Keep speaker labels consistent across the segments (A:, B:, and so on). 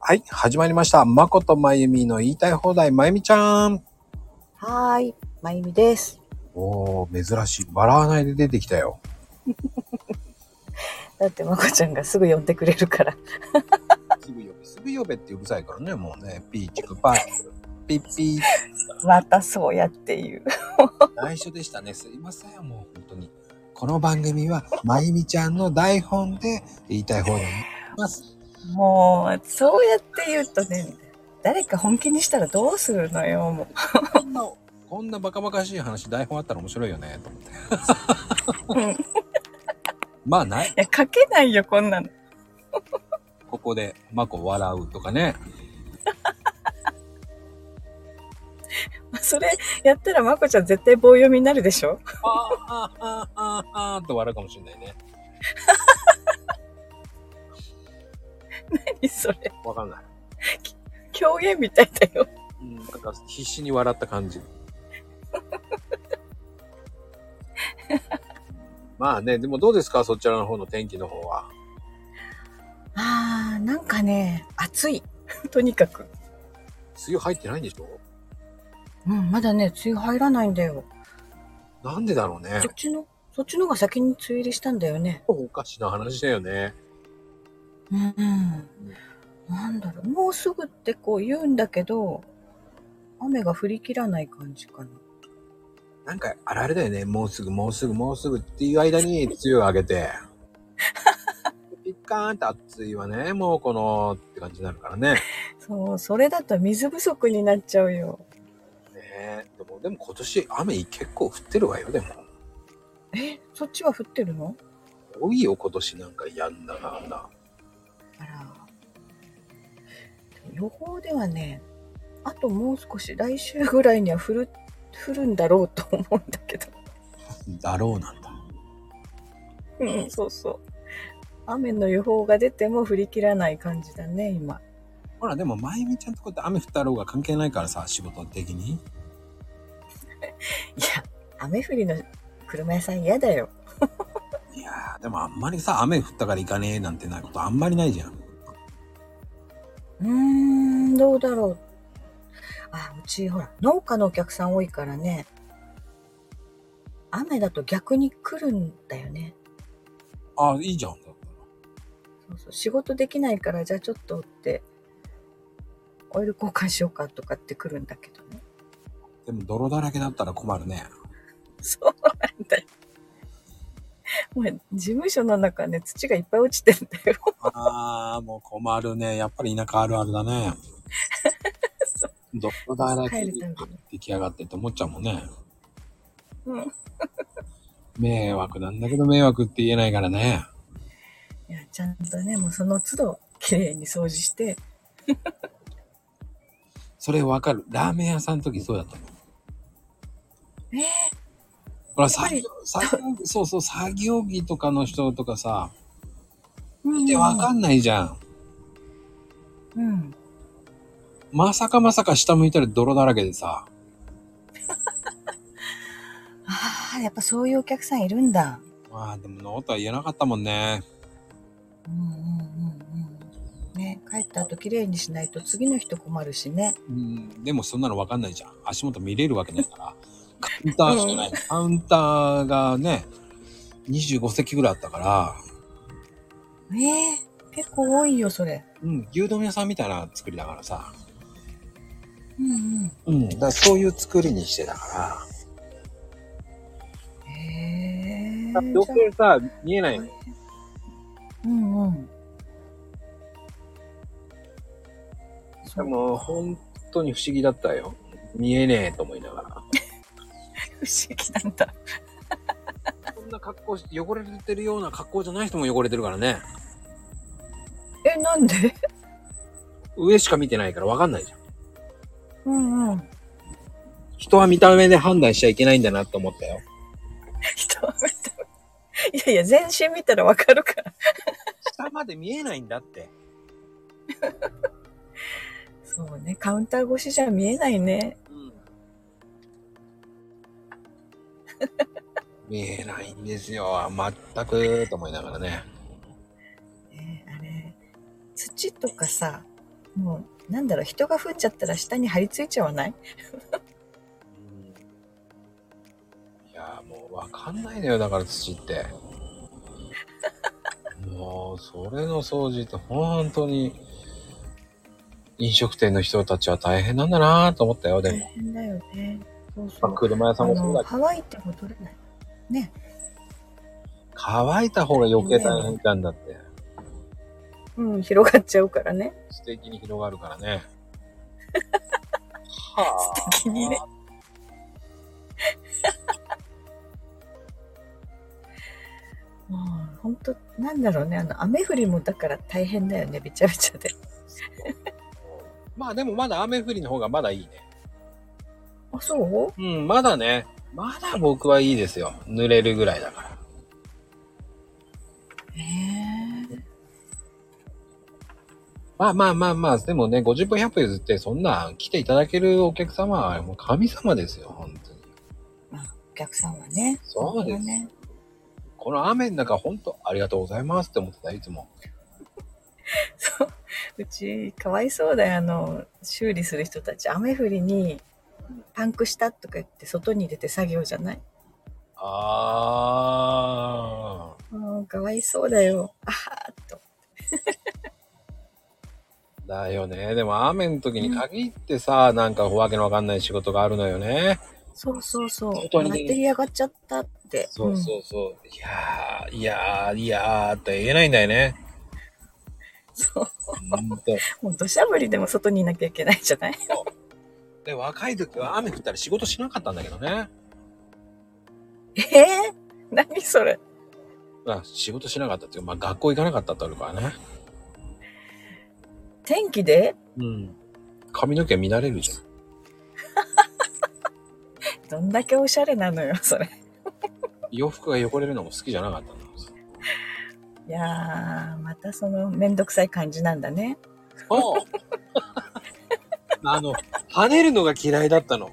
A: はい、始まりました。まことまゆみの言いたい放題、まゆみちゃん。
B: はーい、まゆみです。
A: おー、珍しい。笑わないで出てきたよ。
B: だってまこちゃんがすぐ呼んでくれるから。
A: すぐ呼べ、すぐ呼べってうるさいからね、もうね。ピーチクパーピッピー。
B: またそうやって言う。
A: 内緒でしたね。すいません、もう本当に。この番組は、まゆみちゃんの台本で言いたい放題になります。
B: もう、そうやって言うとね、誰か本気にしたらどうするのよ、も
A: こんな、こんなバカバカしい話、台本あったら面白いよね、と思って。
B: う。うんい
A: まあない。
B: や、書けないよ、こんなの。
A: ここで、まこ笑うとかね。
B: それやったらまこちゃん絶対棒読みになるでしょ
A: あーあーあーあーあーと笑うかもしれないね。
B: 何それ。
A: わかんない。
B: 狂言みたいだよ。
A: うん、なんか必死に笑った感 じ。まあね、でもどうですかそちらの方の天気の方は。
B: あー、なんかね、暑い。とにかく。
A: 梅雨入ってないんでしょ
B: うん、まだね、梅雨入らないんだよ。
A: なんでだろうね
B: そ。っちの、そっちの方が先に梅雨入りしたんだよね。
A: おかしな話だよね。
B: うん、なんだろう、もうすぐってこう言うんだけど、雨が降り切らない感じかな。
A: なんかあれあれだよね。もうすぐ、もうすぐ、もうすぐっていう間に梅雨を上げて。 ピッカーンって暑いわね。もうこのって感じになるからね。
B: そう、それだと水不足になっちゃうよ。
A: ねでも、でも今年雨結構降ってるわよ、でも。
B: え、そっちは降ってるの
A: 多いよ、今年なんかやんだなんだ。
B: あら。でも予報ではね、あともう少し来週ぐらいには降る、降るんだろうと思うんだけど。
A: だろうなんだ。
B: うん、そうそう。雨の予報が出ても降り切らない感じだね、今。
A: ほら、でも、まゆみちゃんとこって雨降ったろうが関係ないからさ、仕事的に。
B: いや、雨降りの車屋さん嫌だよ。
A: いやー、でもあんまりさ、雨降ったから行かねえなんてないことあんまりないじゃん。
B: うーん、どうだろう。あ、うち、ほら、農家のお客さん多いからね。雨だと逆に来るんだよね。
A: ああ、いいじゃん。
B: そうそう仕事できないから、じゃあちょっとって、オイル交換しようかとかって来るんだけどね。
A: でも、泥だらけだったら困るね。
B: そうなんだよ。もう、事務所の中ね、土がいっぱい落ちてんだよ。
A: ああ、もう困るね。やっぱり田舎あるあるだ ね。泥だらけ
B: 帰る
A: に
B: たんびに。
A: 出来上がってって思っちゃうもんね。
B: うん。
A: 迷惑なんだけど迷惑って言えないからね。
B: いや、ちゃんとね、もうその都度、綺麗に掃除して、
A: それわかる。ラーメン屋さんの時そうだったの。
B: えー
A: ほら、
B: やっぱ
A: 作
B: り
A: 業、作業、そうそう、作業着とかの人とかさ、
B: うん
A: 見てわかんないじゃん。
B: うん。
A: まさかまさか下向いたら泥だらけでさ、
B: ああ、やっぱそういうお客さんいるんだ。
A: まあでもノーとは言えなかったもんね。
B: うんうんうんうん。ね、帰った後綺麗にしないと次の人困るしね。
A: うん、でもそんなのわかんないじゃん。足元見れるわけないから。カウンターしかない。カウンターがね、25席ぐらいあったから、
B: ねえ、結構多いよ、それ。
A: うん、牛丼屋さんみたいな作りだからさ。
B: うんう
A: う
B: ん。
A: ん、だからそういう作りにしてたか
B: へえ。
A: ら。余計さ、見えないの。
B: うんうん。
A: で
B: そう不
A: も本当に不思議だったよ。見えねえと思いながら。
B: 思議なんだ。
A: こんな格好して、汚れてるような格好じゃない人も汚れてるからね。
B: え、なんで
A: 上しか見てないからわかんないじゃん。
B: うんうん。
A: 人は見た目で判断しちゃいけないんだなって思ったよ。
B: 人は見たいやいや、全身見たらわかるから。
A: 下まで見えないんだって。
B: そうね、カウンター越しじゃ見えないね。
A: うん。見えないんですよ。全くと思いながらね。
B: ねあれ土とかさもう、なんだろう、人が降っちゃったら下に張り付いちゃわない
A: いやーもうわかんないのよだから土って もうそれの掃除って本当に飲食店の人たちは大変なんだなーと思ったよで
B: 大
A: も、
B: 変だよね。そうそ
A: まあ、
B: う。
A: 車屋さ
B: あ
A: んもそう
B: の、
A: だけど
B: 乾いても取れない。ね。
A: 乾いた方が余計大変なんだって
B: うん、広がっちゃうか らね。
A: 素敵に広がるからね はあ
B: 素敵にね。 もう本当なんだろうねあの雨降りもだから大変だよねびちゃびちゃで
A: まあでもまだ雨降りの方がまだいいね
B: あそう
A: うんまだねまだ僕はいいですよ濡れるぐらいだから
B: へえ
A: まあまあまあまあ、でもね、50分100分譲って、そんな来ていただけるお客様はもう神様ですよ、本当に。
B: まあお客さんはね
A: そうです
B: ね
A: この雨の中、本当ありがとうございますって思ってた、いつも。
B: そううちかわいそうだよあの修理する人たち雨降りにパンクしたとか言って外に出て作業じゃない
A: あ
B: うんかわいそうだよあはーっと
A: ー。だよね。でも雨の時に限ってさ、なんかわけのわかんない仕事があるのよね。
B: そうそうそう
A: 外
B: バ
A: に出
B: ッ
A: る
B: テリー上がっちゃったって
A: そう
B: うん
A: そうそう。いやー、いやー、いやーって言えないんだよね。
B: そう
A: ほんと。
B: もう土砂降りでも外にいなきゃいけないじゃない
A: で、若い時は雨降ったら仕事しなかったんだけどね。
B: ええ何それ
A: まあ、仕事しなかったっていうか、まあ学校行かなかったってあるからね。
B: 天気で
A: うん。髪の毛乱れるじゃん。
B: どんだけおしゃれなのよそれ
A: 洋服が汚れるのも好きじゃなかったんです。
B: いやーまたそのめんどくさい感じなんだね
A: おあの、跳ねるのが嫌いだったの。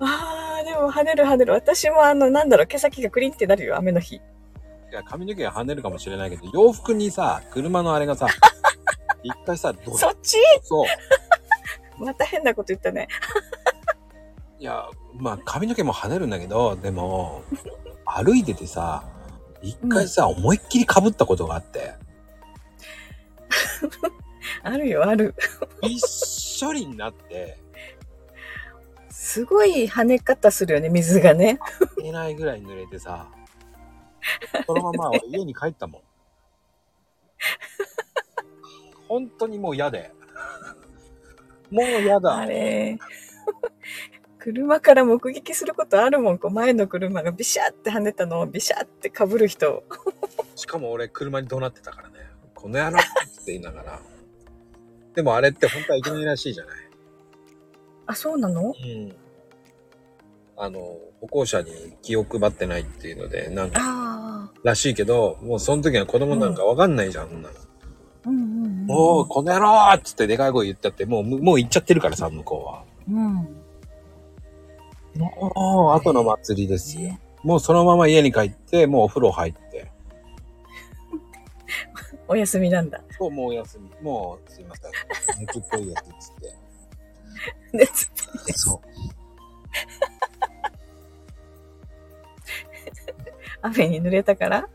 B: あーでも跳ねる跳ねる私もあのなんだろう毛先がクリンってなるよ雨の日
A: いや、髪の毛が跳ねるかもしれないけど、洋服にさ、車のあれがさ、一回さ、ど
B: そっち
A: そう。
B: また変なこと言ったね
A: いや、まあ髪の毛も跳ねるんだけど、でも、歩いててさ、一回さ、思いっきり被ったことがあって、
B: あるよある
A: びっしょりになって、
B: すごい跳ね方するよね水がね
A: 寝ないぐらい濡れてさ、そのまま俺家に帰ったもん。本当にもう嫌で。もう嫌
B: あ
A: だ。
B: れ 車から目撃することあるもんこう前の車がビシャって跳ねたのをビシャってかぶる人
A: しかも俺車に怒鳴ってたからね。この野郎って言いながら。でもあれって本当はいけないらしいじゃない。
B: あそうなの
A: うん。あの、歩行者に気を配ってないっていうので、なんか、
B: ああ
A: らしいけど、もうその時は子供なんかわかんないじゃん、そんなの。
B: うんうんうん
A: もう、この野郎っつってでかい声言ったって、もう、もう行っちゃってるからさ、向こうは。
B: うん
A: もう、後の祭りですよ。もうそのまま家に帰って、もうお風呂入って。
B: お休みなんだ。
A: そう、もうお休み。もう、すいません。 熱っぽいやつっつっ
B: でつ
A: て。そう。
B: 雨に濡れたから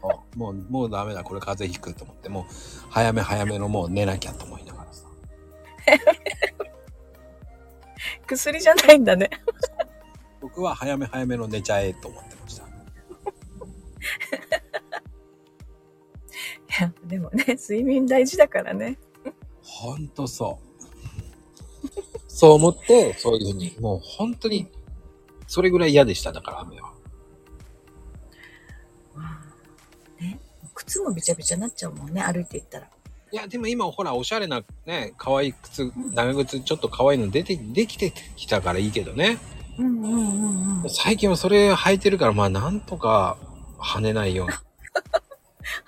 A: そうもう、もうダメだ。これ風邪ひくと思って、もう、早め早めのもう寝なきゃと思いながらさ。
B: 薬じゃないんだね。
A: 僕は早め早めの寝ちゃえと思ってました。
B: いや、でもね、睡眠大事だからね。
A: ほんと そう。そう思って、そういうふうに、もう本当に、それぐらい嫌でした。だから雨は。
B: ね、靴もびちゃびちゃになっちゃうもんね、歩いていったら。
A: いや、でも今ほら、おしゃれなね、可愛い靴、長靴、ちょっと可愛いの出て、できてきたからいいけどね。
B: うんうんうんうん。
A: 最近はそれ履いてるから、まあなんとか跳ねないように。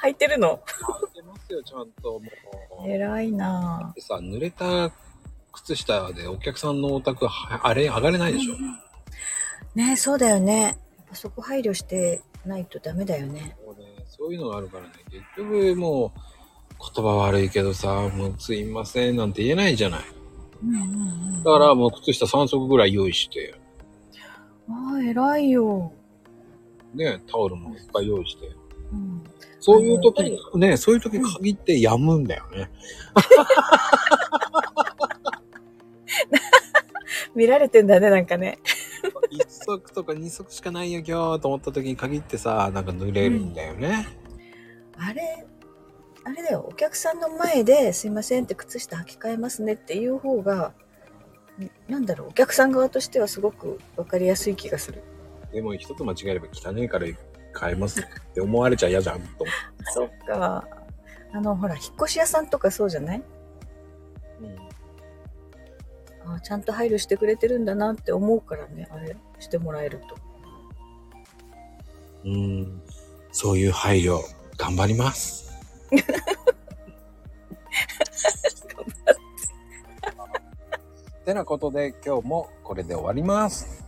B: 履いてるの
A: 履いてますよ、ちゃんと。もう。
B: 偉い
A: だっ
B: な
A: てさ、濡れた靴下でお客さんのお宅、はあれ、上がれないでしょ。
B: ぁね、そうだよね。そこ配慮してないとダメだよね。
A: もうね、そういうのがあるからね、結局もう、言葉悪いけどさ、もうすいませんなんて言えないじゃない。
B: うんうんうん。
A: だからもう靴下3足ぐらい用意して、
B: ああ、偉いよ。
A: ね、タオルもいっぱい用意して。
B: うん。
A: そういう時
B: あのやっ
A: に、ね、そういう時に限ってやむんだよね。
B: 見られてんだね、なんかね。
A: 1足とか2足しかないよ今日と思った時に限ってさ、なんか濡れるんだよね。
B: あれ、あれだよ、お客さんの前で、すいませんって靴下履き替えますねっていう方が、んなんだろう、お客さん側としてはすごく分かりやすい気がする。
A: でも一つ間違えれば汚いから買えますって思われちゃ嫌じゃんと思
B: そっか。あの、ほら、引っ越し屋さんとかそうじゃない
A: って。
B: あちゃんと配慮してくれてるんだなって思うからね、あれ、してもらえると。
A: うん、そういう配慮、頑張ります。 てなことで今日もこれで終わります。